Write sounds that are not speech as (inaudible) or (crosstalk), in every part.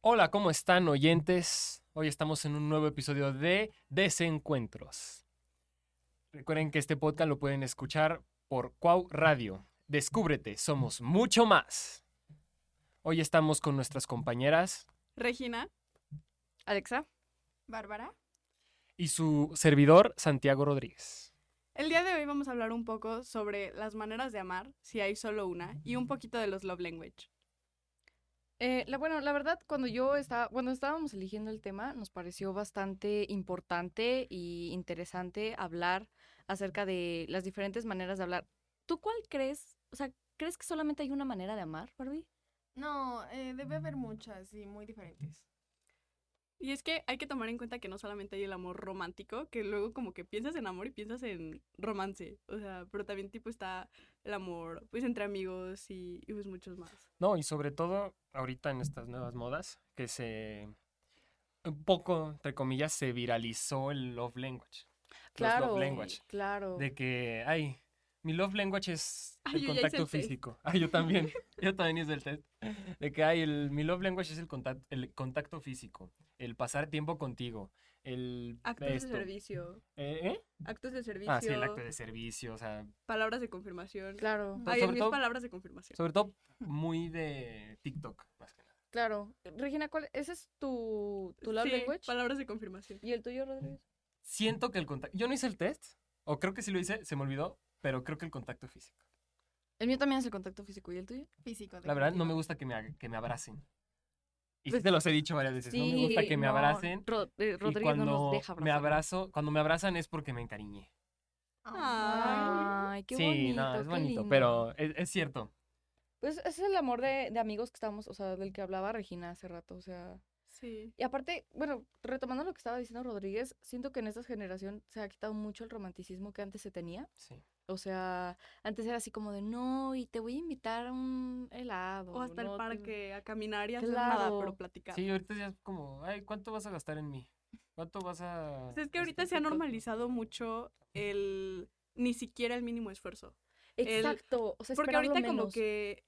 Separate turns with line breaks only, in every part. Hola, ¿cómo están oyentes? Hoy estamos en un nuevo episodio de Desencuentros. Recuerden que este podcast lo pueden escuchar por Cuau Radio. Descúbrete, somos mucho más. Hoy estamos con nuestras compañeras
Regina
Alexa,
Bárbara.
y su servidor Santiago Rodríguez.
El día de hoy vamos a hablar un poco sobre las maneras de amar, si hay solo una, y un poquito de los love language.
eh, la, bueno, la verdad, cuando yo estaba, cuando estábamos eligiendo el tema, nos pareció bastante importante y interesante hablar acerca de las diferentes maneras de hablar. ¿Tú cuál crees? O sea, ¿crees que solamente hay una manera de amar, Barbie?
No, eh, debe haber muchas y muy diferentes.
Y es que hay que tomar en cuenta que no solamente hay el amor romántico, que luego como que piensas en amor y piensas en romance, o sea, pero también tipo está el amor pues entre amigos y, y, pues muchos más.
No, y sobre todo ahorita en estas nuevas modas que se un poco entre comillas se viralizó el love language. Los love language.
claro.
De que, ay, mi love language es
Ay,
el
yo ya hice
contacto
el test.
físico. (laughs) Ay, yo
(laughs)
también. yo también hice el test. De que, ay, el, mi love language es el contacto, el contacto físico, el pasar tiempo contigo, el...
Actos
esto.
de servicio,
Eh, ¿eh?
actos de servicio,
Ah, sí, el acto de servicio, o sea,
palabras de confirmación.
Claro,
Entonces,
Ay, en
sobre
mis
todo-
palabras de confirmación.
sobre todo muy de TikTok, más que nada.
claro. Regina, ¿cuál, ¿ese es tu, tu love
Sí,
language?
palabras de confirmación.
¿Y el tuyo, Rodríguez?
Siento que el contacto... Yo no hice el test, o creo que sí lo hice, se me olvidó, pero creo que el contacto físico.
El mío también es el contacto físico. ¿Y el tuyo?
Físico.
La verdad, no me
definitivo.
gusta que me, haga- que me abracen. Y sí
Pues-
te los he dicho varias veces, no me gusta que me abracen. Y
eh, Rodríguez
cuando
no nos deja
me abrazo, cuando me abrazan es porque me encariñé.
Ay.
Ay, qué
sí,
bonito.
no, es
qué
bonito,
lindo.
pero es, es cierto.
Pues ese es el amor de, de amigos que estamos, o sea, del que hablaba Regina hace rato, o sea.
Sí.
Y aparte, bueno, retomando lo que estaba diciendo Rodríguez, siento que en esta generación se ha quitado mucho el romanticismo que antes se tenía.
Sí.
O sea, antes era así como de, no, y te voy a invitar a un helado.
O hasta
no
el
te-
parque, a caminar y hacer nada, pero
Claro.
platicar.
Sí, ahorita ya es como, ay, ¿cuánto vas a gastar en mí? ¿Cuánto vas a...? este,
Pues es que ahorita se ha normalizado mucho el ni siquiera el mínimo esfuerzo. el-
Exacto, o sea,
Porque ahorita
esperarlo
como
menos.
que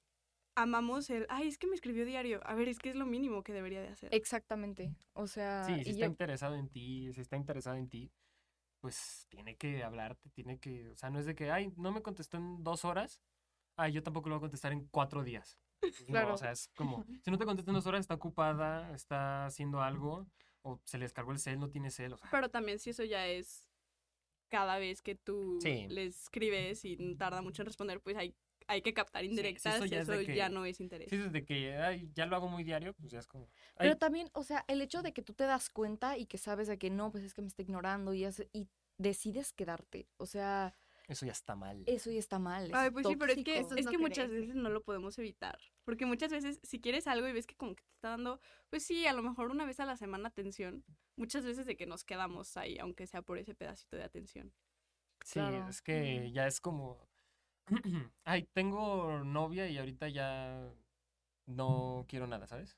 amamos el, ay, es que me escribió diario. A ver, es que es lo mínimo que debería de hacer.
Exactamente, o sea,
Sí, si
y
está
yo-
interesado en ti, si está interesado en ti, pues tiene que hablarte, tiene que... O sea, no es de que, ay, no me contestó en dos horas, ay, yo tampoco lo voy a contestar en cuatro
(laughs)
días. Pues no,
Claro.
o sea, es como,
(laughs)
si no te contesta en dos horas, está ocupada, está haciendo algo, o se le descargó el cel, no tiene cel, o sea...
Pero también si eso ya es cada vez que tú
Sí.
le escribes y tarda mucho en responder, pues hay, hay que captar indirectas
eso
y
ya es
eso
de
ya,
que-
no es interés.
Sí, desde que ay, ya lo hago muy diario, pues ya es como. ay,
Pero también, o sea, el hecho de que tú te das cuenta y que sabes de que no, pues es que me está ignorando y, hace- y decides quedarte. O sea,
eso ya está mal.
eso ya está mal.
Ay,
es
pues sí, pero es que,
tóxico.
Eso
es
no
que muchas
crece.
veces no lo podemos evitar. Porque muchas veces, si quieres algo y ves que como que te está dando, pues sí, a lo mejor una vez a la semana atención, muchas veces de que nos quedamos ahí, aunque sea por ese pedacito de atención.
sí,
claro.
es que ya es como. (clears throat) ay, tengo novia y ahorita ya
Mm.
no quiero nada, ¿sabes?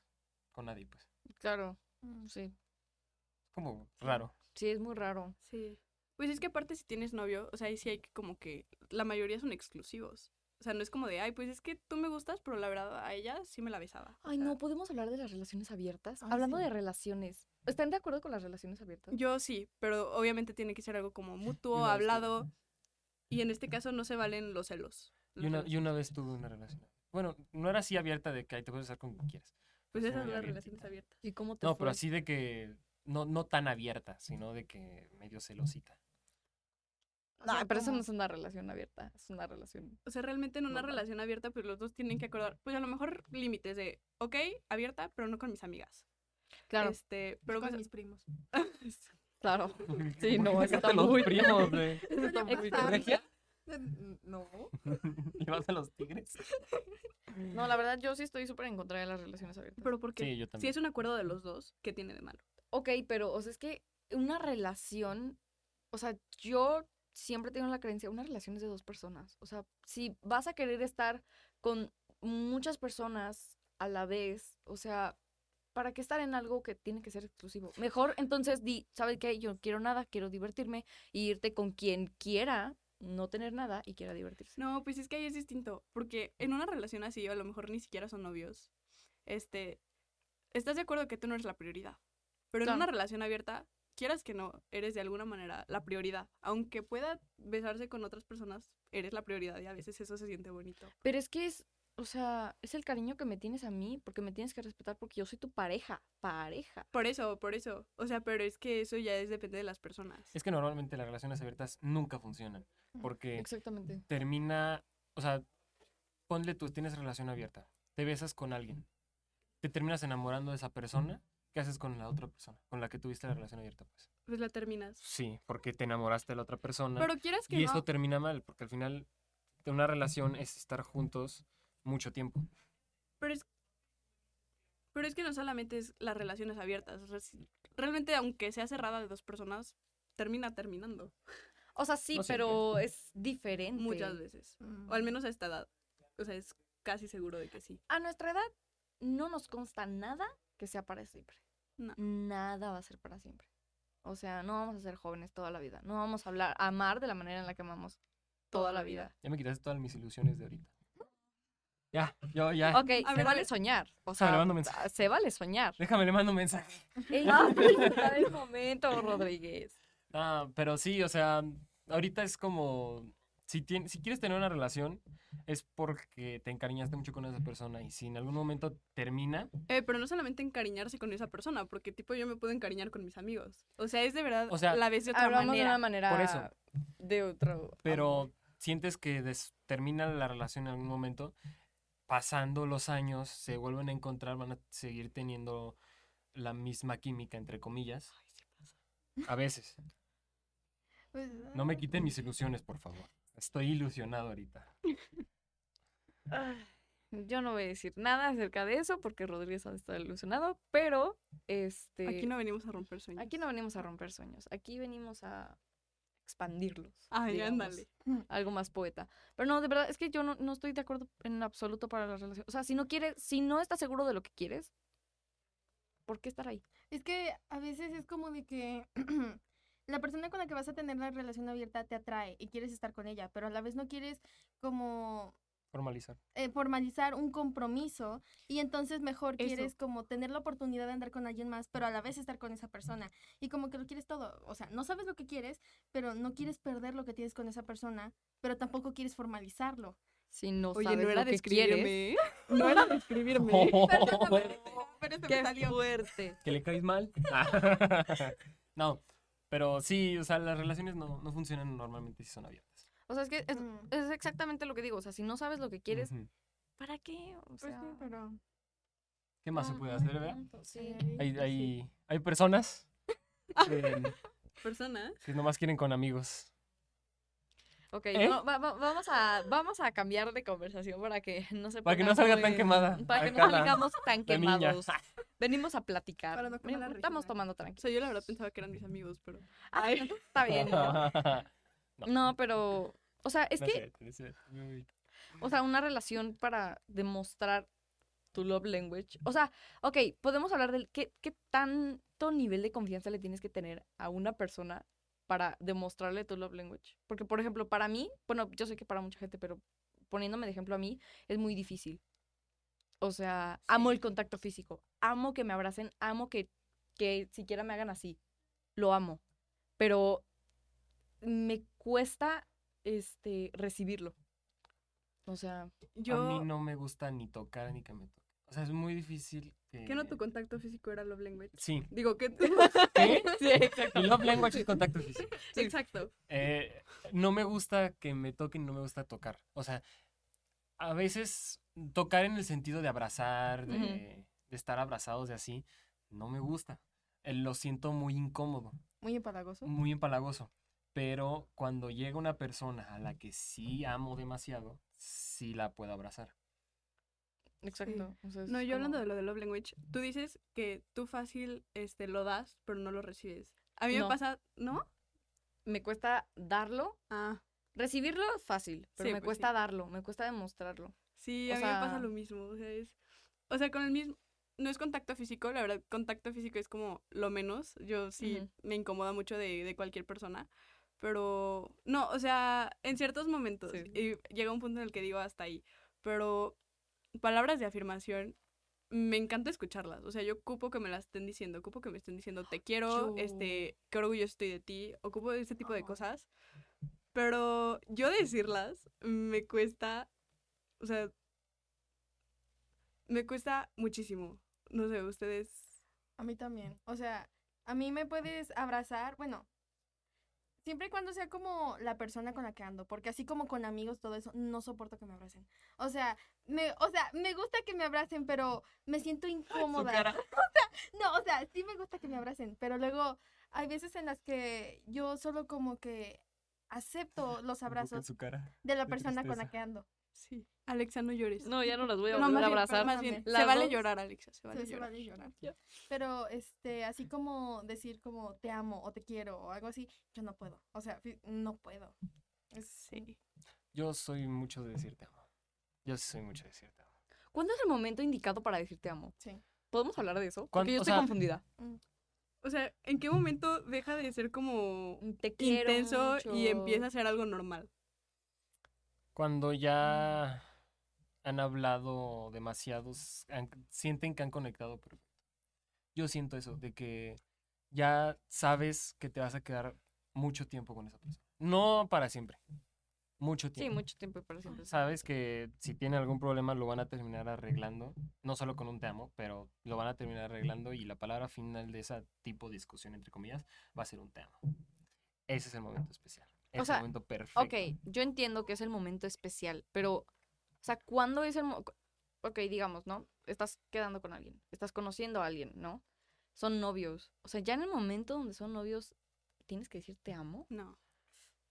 Con nadie, pues.
Claro,
Mm.
sí.
Como raro.
Sí, es muy raro.
Sí. Pues es que aparte si tienes novio, o sea, ahí sí hay que como que la mayoría son exclusivos. O sea, no es como de, ay, pues es que tú me gustas, pero la verdad a ella sí me la besaba. O
Ay,
sea,
no, ¿podemos hablar de las relaciones abiertas?
Ay,
Hablando
sí.
de relaciones. ¿Están de acuerdo con las relaciones abiertas?
Yo sí, pero obviamente tiene que ser algo como mutuo,
una vez tuve-
hablado, y en este caso no se valen los celos.
Y una, y una vez tuve una relación. Bueno, no era así abierta de que ahí te puedes besar con quien quieras.
Pues
sí
esas
muy
son las
abiertita.
relaciones abiertas.
¿Y cómo te
No, pero
fue?
así de que. No, no tan abierta, sino de que medio celosita.
O sea,
Ah,
pero eso no
¿cómo?
es una relación abierta, es una relación...
O sea, realmente en una
Normal.
relación abierta, pues los dos tienen que acordar, pues a lo mejor límites de, ok, abierta, pero no con mis amigas.
Claro,
Este, pero
Pero con
pues- (laughs)
mis primos.
(laughs) claro.
(laughs)
Sí, no, eso está
Sacaste los
muy- (laughs)
primos, güey.
Eso está muy
Exacto.
bien.
¿Regia? (laughs)
Eh, No.
¿Y vas a los tigres?
No, la verdad, yo sí estoy súper en contra de las relaciones abiertas.
pero porque
Sí, yo también.
si es un acuerdo de los dos, ¿qué tiene de malo?
Ok, pero, o sea, es que una relación, o sea, yo siempre tengo la creencia, una relación es de dos personas. O sea, si vas a querer estar con muchas personas a la vez, o sea, ¿para qué estar en algo que tiene que ser exclusivo? Mejor entonces di, ¿sabes qué? Yo no quiero nada, quiero divertirme, e irte con quien quiera no tener nada y quiera divertirse.
No, pues es que ahí es distinto, porque en una relación así, o a lo mejor ni siquiera son novios, este, estás de acuerdo que tú no eres la prioridad. Pero en
Claro.
una relación abierta, quieras que no, eres de alguna manera la prioridad. Aunque pueda besarse con otras personas, eres la prioridad y a veces eso se siente bonito.
Pero es que es, o sea, es el cariño que me tienes a mí, porque me tienes que respetar porque yo soy tu pareja, pareja.
Por eso, por eso. O sea, pero es que eso ya es depende de las personas.
Es que normalmente las relaciones abiertas nunca funcionan. Porque
Exactamente.
termina, o sea, ponle tú, tienes relación abierta, te besas con alguien, te terminas enamorando de esa persona, ¿qué haces con la otra persona con la que tuviste la relación abierta? Pues
Pues la terminas.
sí, porque te enamoraste de la otra persona
Pero quieras que
y
no.
eso termina mal, porque al final de una relación es estar juntos mucho tiempo.
Pero es, pero es que no solamente es las relaciones abiertas. o sea, si- realmente, aunque sea cerrada de dos personas, termina terminando
O sea, sí,
No siempre.
pero es diferente.
muchas veces.
Mm.
O al menos a esta edad. O sea, es casi seguro de que sí.
A nuestra edad no nos consta nada que sea para siempre.
No.
Nada va a ser para siempre. O sea, no vamos a ser jóvenes toda la vida. No vamos a hablar, a amar de la manera en la que amamos toda, la vida.
Ya me quitaste todas mis ilusiones de ahorita. Ya, yo ya.
Ok,
A
se
ver, a
vale
ver.
soñar. O
Estaba
sea,
grabando mensaje.
se vale soñar.
Déjame, le mando un mensaje. (laughs)
Ey, no, disfrutar el momento, Rodríguez.
Ah, pero sí, o sea, ahorita es como, si, tien- si quieres tener una relación, es porque te encariñaste mucho con esa persona y si en algún momento termina,
Eh, pero no solamente encariñarse con esa persona, porque tipo yo me puedo encariñar con mis amigos. O sea, es de verdad,
O sea,
la ves de otra
Hablamos de
manera.
una manera
Por eso.
de otro.
pero sientes que des- termina la relación en algún momento, pasando los años, se vuelven a encontrar, van a seguir teniendo la misma química, entre comillas. A veces.
Pues,
No me
ah,
quiten mis ilusiones, por favor. Estoy ilusionado ahorita.
Yo no voy a decir nada acerca de eso porque Rodríguez ha estado ilusionado, pero este
Aquí no venimos a romper sueños.
aquí no venimos a romper sueños, aquí venimos a expandirlos.
Ay,
digamos,
ándale.
Algo más poeta. Pero no, de verdad, es que yo no, no estoy de acuerdo en absoluto para la relación. O sea, si no quieres, si no estás seguro de lo que quieres, ¿por qué estar ahí?
Es que a veces es como de que (clears throat) la persona con la que vas a tener la relación abierta te atrae y quieres estar con ella, pero a la vez no quieres como
Formalizar.
eh, formalizar un compromiso y entonces mejor
Eso.
quieres como tener la oportunidad de andar con alguien más, pero a la vez estar con esa persona. Y como que lo quieres todo. O sea, no sabes lo que quieres, pero no quieres perder lo que tienes con esa persona, pero tampoco quieres formalizarlo.
Si no
Oye,
sabes
no era
lo que quieres.
describirme. ¿eh? No
(laughs)
era describirme.
Perdóname, pero esto me
Qué
salió.
fuerte.
¿Que le caes mal? Ah. no, pero sí, o sea, las relaciones no, no funcionan normalmente si son abiertas.
O sea, es que es,
Mm.
es exactamente lo que digo. O sea, si no sabes lo que quieres,
Ujú.
¿para qué? O
Pues
sea,
sí, pero...
¿Qué más se
no,
puede
no
hacer, verdad?
tonto, Ah, sí.
Hay, hay, hay
(laughs)
personas que,
Persona.
que nomás quieren con amigos.
Ok,
¿Eh?
no, va- va- vamos, a, vamos a cambiar de conversación para que no se
Para que no
ponga
salga tan
muy-
quemada.
Para que no
Acá la-
salgamos tan
la niña.
quemados. Ah,
(laughs)
Venimos a platicar.
Para no quemar
Mira,
a
estamos
Regina.
tomando
O
tranquilos.
sea, yo la verdad pensaba que eran mis amigos, pero.
Está bien. ¿no? (laughs) No, pero. O sea, es
No
que,
sé, no sé. Uy.
o sea, una relación para demostrar tu love language. O sea, ok, podemos hablar del qué, qué tanto nivel de confianza le tienes que tener a una persona para demostrarle tu love language. Porque, por ejemplo, para mí, bueno, yo sé que para mucha gente, pero poniéndome de ejemplo a mí, es muy difícil. O sea, amo el contacto físico, amo que me abracen, amo que, que siquiera me hagan así, lo amo, pero me cuesta este, recibirlo. O sea,
Yo.
A mí no me gusta ni tocar ni que me toquen. O sea, es muy difícil que...
¿Qué no tu contacto físico era love language?
Sí.
(laughs)
Digo, (laughs) que
¿Qué?
sí, exacto.
Y love language es contacto físico.
Exacto.
Eh, no me gusta que me toquen, no me gusta tocar. O sea, a veces tocar en el sentido de abrazar, de,
Ujú.
de estar abrazados, de así, no me gusta. Eh, Lo siento muy incómodo,
Muy empalagoso.
muy empalagoso. Pero cuando llega una persona a la que sí amo demasiado, sí la puedo abrazar.
Exacto. o sea, es
No, yo hablando de
como-
lo de love language, tú dices que tú fácil este, lo das, pero no lo recibes. A mí
No.
me pasa, ¿no?
Me cuesta darlo.
Ah,
Recibirlo es fácil, pero
Sí,
me
pues
cuesta
sí.
darlo, me cuesta demostrarlo.
sí,
O
a mí me
sea-
pasa lo mismo. O sea, es, o sea, con el mismo, no es contacto físico, la verdad, contacto físico es como lo menos. Yo sí
Ujú.
me incomoda mucho de, de cualquier persona, pero no, o sea, en ciertos momentos.
Sí.
Y llega un punto en el que digo hasta ahí, pero palabras de afirmación me encanta escucharlas. O sea, yo ocupo que me las estén diciendo, ocupo que me estén diciendo te quiero,
Yo-
este, qué orgullo estoy de ti, ocupo ese tipo de
Ajá.
cosas. Pero yo decirlas me cuesta, o sea, me cuesta muchísimo. No sé, ustedes.
A mí también. O sea, a mí me puedes abrazar, bueno, siempre y cuando sea como la persona con la que ando, porque así como con amigos, todo eso, no soporto que me abracen. O sea, me, o sea, me gusta que me abracen, pero me siento incómoda. No, (laughs) o sea, sí me gusta que me abracen, pero luego hay veces en las que yo solo como que acepto los abrazos
su cara.
de la
de
persona con la
tristeza.
que ando.
Sí. Alexa, no llores.
No, ya no las voy a
No,
volver a
más bien,
abrazar.
perdón.
Más bien,
Las
se vale
dos-
llorar, Alexa, se vale
Sí, se
llorar.
vale llorar.
Ya.
Pero este, así como decir como te amo o te quiero o algo así, yo no puedo. O sea, fi- no puedo. Es-
Sí.
Yo soy mucho de decirte amo. Yo sí soy mucho de decirte amo.
¿Cuándo es el momento indicado para decirte amo?
Sí.
¿Podemos hablar de eso?
¿Cuán-
Porque yo
o
estoy
sea-
confundida.
O sea, ¿en qué momento deja de ser como
Te quiero
intenso y
mucho.
empieza a ser algo normal?
Cuando
Mm.
ya han hablado demasiados, han- sienten que han conectado perfecto. Yo siento eso, de que ya sabes que te vas a quedar mucho tiempo con esa persona. No para siempre, mucho
Sí,
tiempo.
mucho tiempo y para siempre.
Sabes que si tiene algún problema lo van a terminar arreglando, no solo con un te amo, pero lo van a terminar arreglando y la palabra final de ese tipo de discusión, entre comillas, va a ser un te amo. Ese es el momento especial. Es
sea,
el momento perfecto.
Ok, yo entiendo que es el momento especial, pero, o sea, ¿cuándo es el momento? Ok, digamos, ¿no? Estás quedando con alguien, estás conociendo a alguien, ¿no? Son novios. O sea, ya en el momento donde son novios, ¿tienes que decir te amo?
No.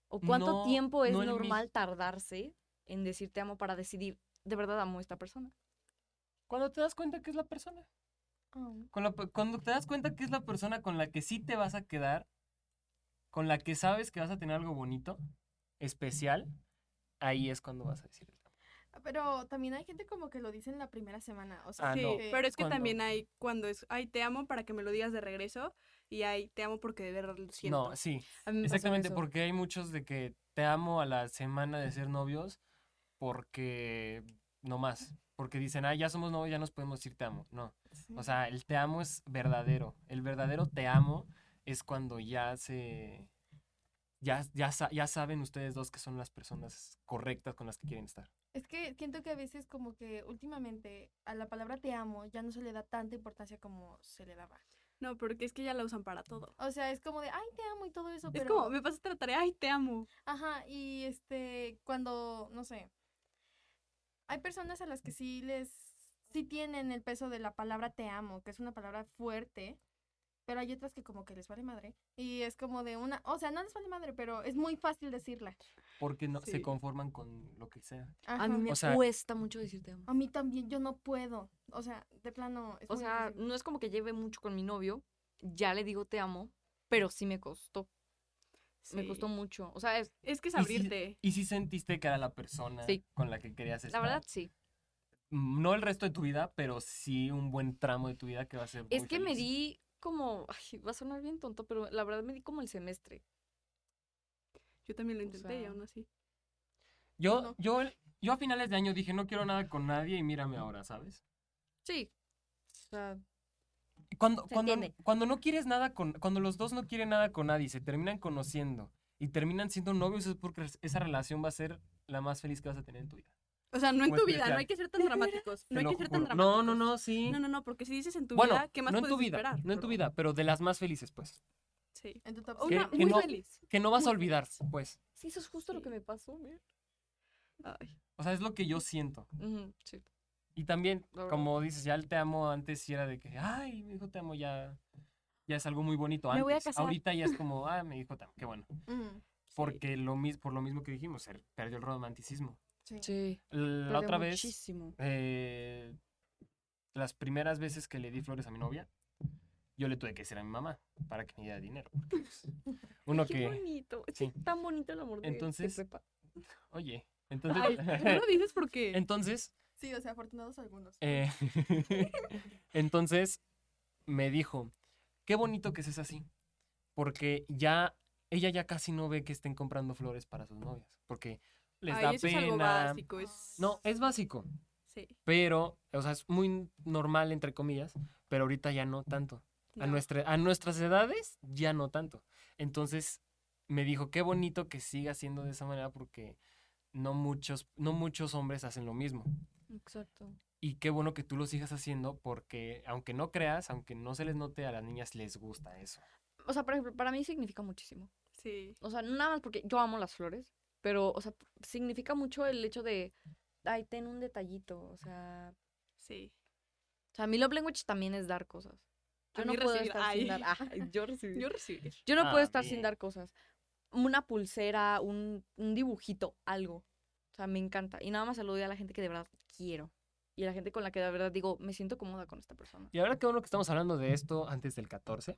¿O cuánto
No,
tiempo es
no el mis-
normal tardarse en decir te amo para decidir, de verdad amo a esta persona?
Cuando te das cuenta que es la persona.
Oh.
Con la pe- cuando te das cuenta que es la persona con la que sí te vas a quedar, con la que sabes que vas a tener algo bonito, especial, ahí es cuando vas a decir el te amo.
Ah, Pero también hay gente como que lo dice en la primera semana. O sea,
Ah,
sí,
no.
que-
pero es que
Cuando-
también hay cuando es, ay, te amo para que me lo digas de regreso y hay, te amo porque de verdad lo siento.
No, sí,
A mí me pasó
exactamente,
eso.
porque hay muchos de que te amo a la semana de ser novios porque no más, porque dicen, ah, ya somos novios, ya nos podemos decir te amo. No, o sea, el te amo es verdadero, el verdadero te amo es cuando ya se... Ya, ya, sa- ya saben ustedes dos que son las personas correctas con las que quieren estar.
es que siento que a veces como que últimamente a la palabra te amo ya no se le da tanta importancia como se le daba.
No, porque es que ya la usan para todo.
O sea, es como de, ay, te amo y todo eso,
Es
pero...
como, me pasaste la tarea, ay, te amo.
Ajá, y este, cuando, no sé, hay personas a las que sí les, sí tienen el peso de la palabra te amo, que es una palabra fuerte, pero hay otras que como que les vale madre. Y es como de una, o sea, no les vale madre, pero es muy fácil decirla.
porque no se
Sí.
conforman con lo que sea.
A mí
Ajá.
me
O sea-
cuesta mucho decir te amo.
A mí también, yo no puedo. O sea, de plano, es
O
muy
sea,
difícil.
no es como que lleve mucho con mi novio, ya le digo te amo, pero sí me costó, me
Sí.
costó mucho. O sea, es,
Es que es
Y sí-
abrirte.
Y si sentiste que era la persona
Sí.
con la que querías estar.
la verdad sí.
Mm, No el resto de tu vida, pero sí un buen tramo de tu vida que va a ser.
Es
muy
que me
feliz.
di como, ay, va a sonar bien tonto, pero la verdad me di como el semestre.
Yo también lo
O
intenté y
sea-
aún así.
Yo,
no.
yo, el- yo a finales de año dije, no quiero nada con nadie y mírame ahora, ¿sabes?
Sí. O sea,
Y Cuando,
Se
cuando,
entiende.
cuando no quieres nada con. Cuando los dos no quieren nada con nadie, y se terminan conociendo y terminan siendo novios, es porque es- esa relación va a ser la más feliz que vas a tener en tu vida.
O sea, no en
Como
tu vida, no
especial.
hay que ser tan dramáticos. No
Te
hay
lo
que ser tan
juro.
dramáticos.
No, no, no, sí.
No, no, no, porque si dices en tu
bueno,
vida, ¿qué más
no en
puedes
tu vida,
esperar?
no en tu
Pero-
vida, pero de las más felices, pues.
Sí.
En tu top
Que-
Una
que
muy
no-
feliz.
Que no vas a
Muy
olvidar, pues.
sí, eso es justo lo que
Sí.
me pasó, mira.
Ay,
O sea, es lo que yo siento.
Ujú, sí.
Y también,
La verdad.
como dices, ya el te amo antes sí era de que, ay, mi hijo te amo ya, ya es algo muy bonito.
Me
Antes.
voy a casar.
Ahorita ya es como, ah, mi hijo te amo, qué
(laughs)
bueno.
Mm,
Porque lo mis, por lo mismo que dijimos, se perdió el romanticismo.
sí.
Sí.
La otra vez,
Muchísimo.
eh, las primeras veces que le di flores a mi novia, yo le tuve que decir a mi mamá para que me diera dinero. porque,
(laughs)
pues, uno
Qué
que,
bonito. Es
sí.
tan bonito el amor de- de
Entonces,
prepa.
oye, entonces, (laughs)
Ay, no lo dices porque.
entonces
Sí, o sea, afortunados algunos. (laughs)
Eh, (laughs) entonces me dijo, qué bonito que seas así, porque ya ella ya casi no ve que estén comprando flores para sus novias, porque les
ay,
da
eso es algo
pena.
básico. Es...
no, es básico,
Sí.
Pero, o sea, es muy normal, entre comillas, pero ahorita ya no tanto. A,
no.
nuestra, a nuestras edades ya no tanto. Entonces me dijo, qué bonito que siga siendo de esa manera porque no muchos, no muchos hombres hacen lo mismo.
Exacto.
Y qué bueno que tú lo sigas haciendo porque aunque no creas, aunque no se les note, a las niñas les gusta eso.
O sea, por ejemplo, para mí significa muchísimo.
Sí.
O sea, nada más porque yo amo las flores, pero, o sea, significa mucho el hecho de, ay, ten un detallito. O sea,
Sí.
o sea, mi love language también es dar cosas.
A
Yo no
mí
puedo
recibir,
estar
(laughs)
sin
ay.
dar. ah, yo recibir.
Yo recibir.
Yo no puedo
Ah,
estar sin
bien.
dar cosas. Una pulsera, un, un dibujito, algo. O sea, me encanta. Y nada más se lo doy a la gente que de verdad quiero. Y a la gente con la que de verdad digo, me siento cómoda con esta persona.
Y ahora qué bueno que estamos hablando de esto antes del 14,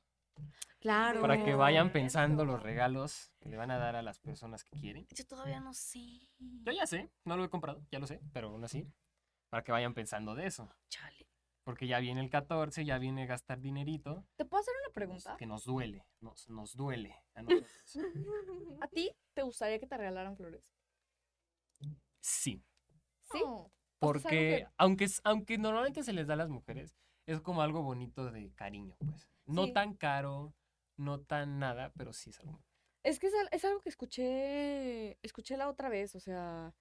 Claro.
para que
Pero
vayan pensando
eso.
los regalos que le van a dar a las personas que quieren.
Yo todavía no sé.
Yo ya sé, no lo he comprado, ya lo sé, pero aún así, para que vayan pensando de eso.
Chale.
Porque ya viene el 14, ya viene gastar dinerito.
¿Te puedo hacer una
nos-
pregunta?
Que nos duele, nos, nos duele
(laughs)
a nosotros.
¿A ti te gustaría que te regalaran flores?
Sí,
¿Sí? O sea,
Oh,
es algo
porque
que-
aunque, es- aunque normalmente se les da a las mujeres, es como algo bonito de cariño, pues. No
Sí.
tan caro, no tan nada, pero sí es algo.
Es que es, al- es algo que escuché, escuché la otra vez, o sea,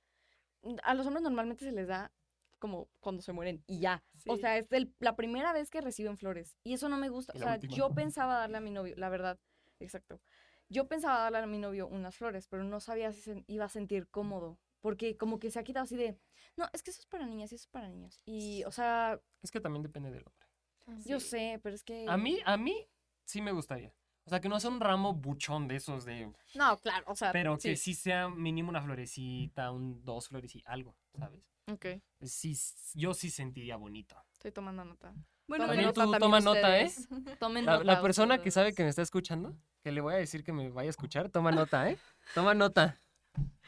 n- a los hombres normalmente se les da como cuando se mueren y ya. O
Sí.
sea, es el- la primera vez que reciben flores y eso no me gusta.
Y
O
la
sea,
última.
yo pensaba darle a mi novio, la verdad, exacto. Yo pensaba darle a mi novio unas flores, pero no sabía si se iba a sentir cómodo, porque como que se ha quitado así de, no, es que eso es para niñas y eso es para niños. Y, o sea,
Es que también depende del hombre.
yo
Sí.
sé, pero es que...
A mí, a mí sí me gustaría. O sea, que no sea un ramo buchón de esos de...
No, claro, o sea...
Pero que sí sea mínimo una florecita, un dos florecitas, algo, ¿sabes? Pues
Ok,
Sí, yo sí sentiría bonito.
estoy tomando nota.
Bueno,
Tomen
También
pero
tú toma nota, ¿eh?
ustedes. Tomen
La, la
nota
persona que sabe
ustedes.
que me está escuchando, que le voy a decir que me vaya a escuchar, toma nota, ¿eh? Toma nota.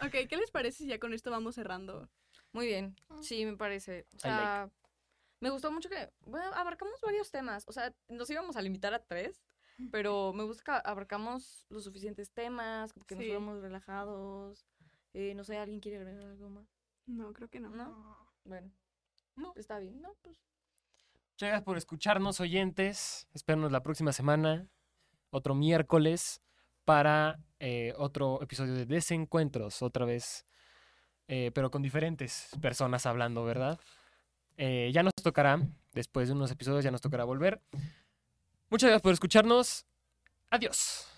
Ok, ¿qué les parece si ya con esto vamos cerrando?
Muy bien,
Ah.
sí, me parece. O
like.
sea, me gustó mucho que bueno, abarcamos varios temas. O sea, nos íbamos a limitar a tres, pero me gusta que abarcamos los suficientes temas, como que nos
Sí.
fuéramos relajados. Eh, no sé, ¿alguien quiere agregar algo más?
No, creo que no.
¿No?
no.
Bueno,
No.
está bien, ¿no? Pues
Muchas gracias por escucharnos, oyentes. Espérenos la próxima semana, otro miércoles, para eh, otro episodio de Desencuentros, otra vez, eh, pero con diferentes personas hablando, ¿verdad? Eh, ya nos tocará, después de unos episodios, ya nos tocará volver. Muchas gracias por escucharnos. Adiós.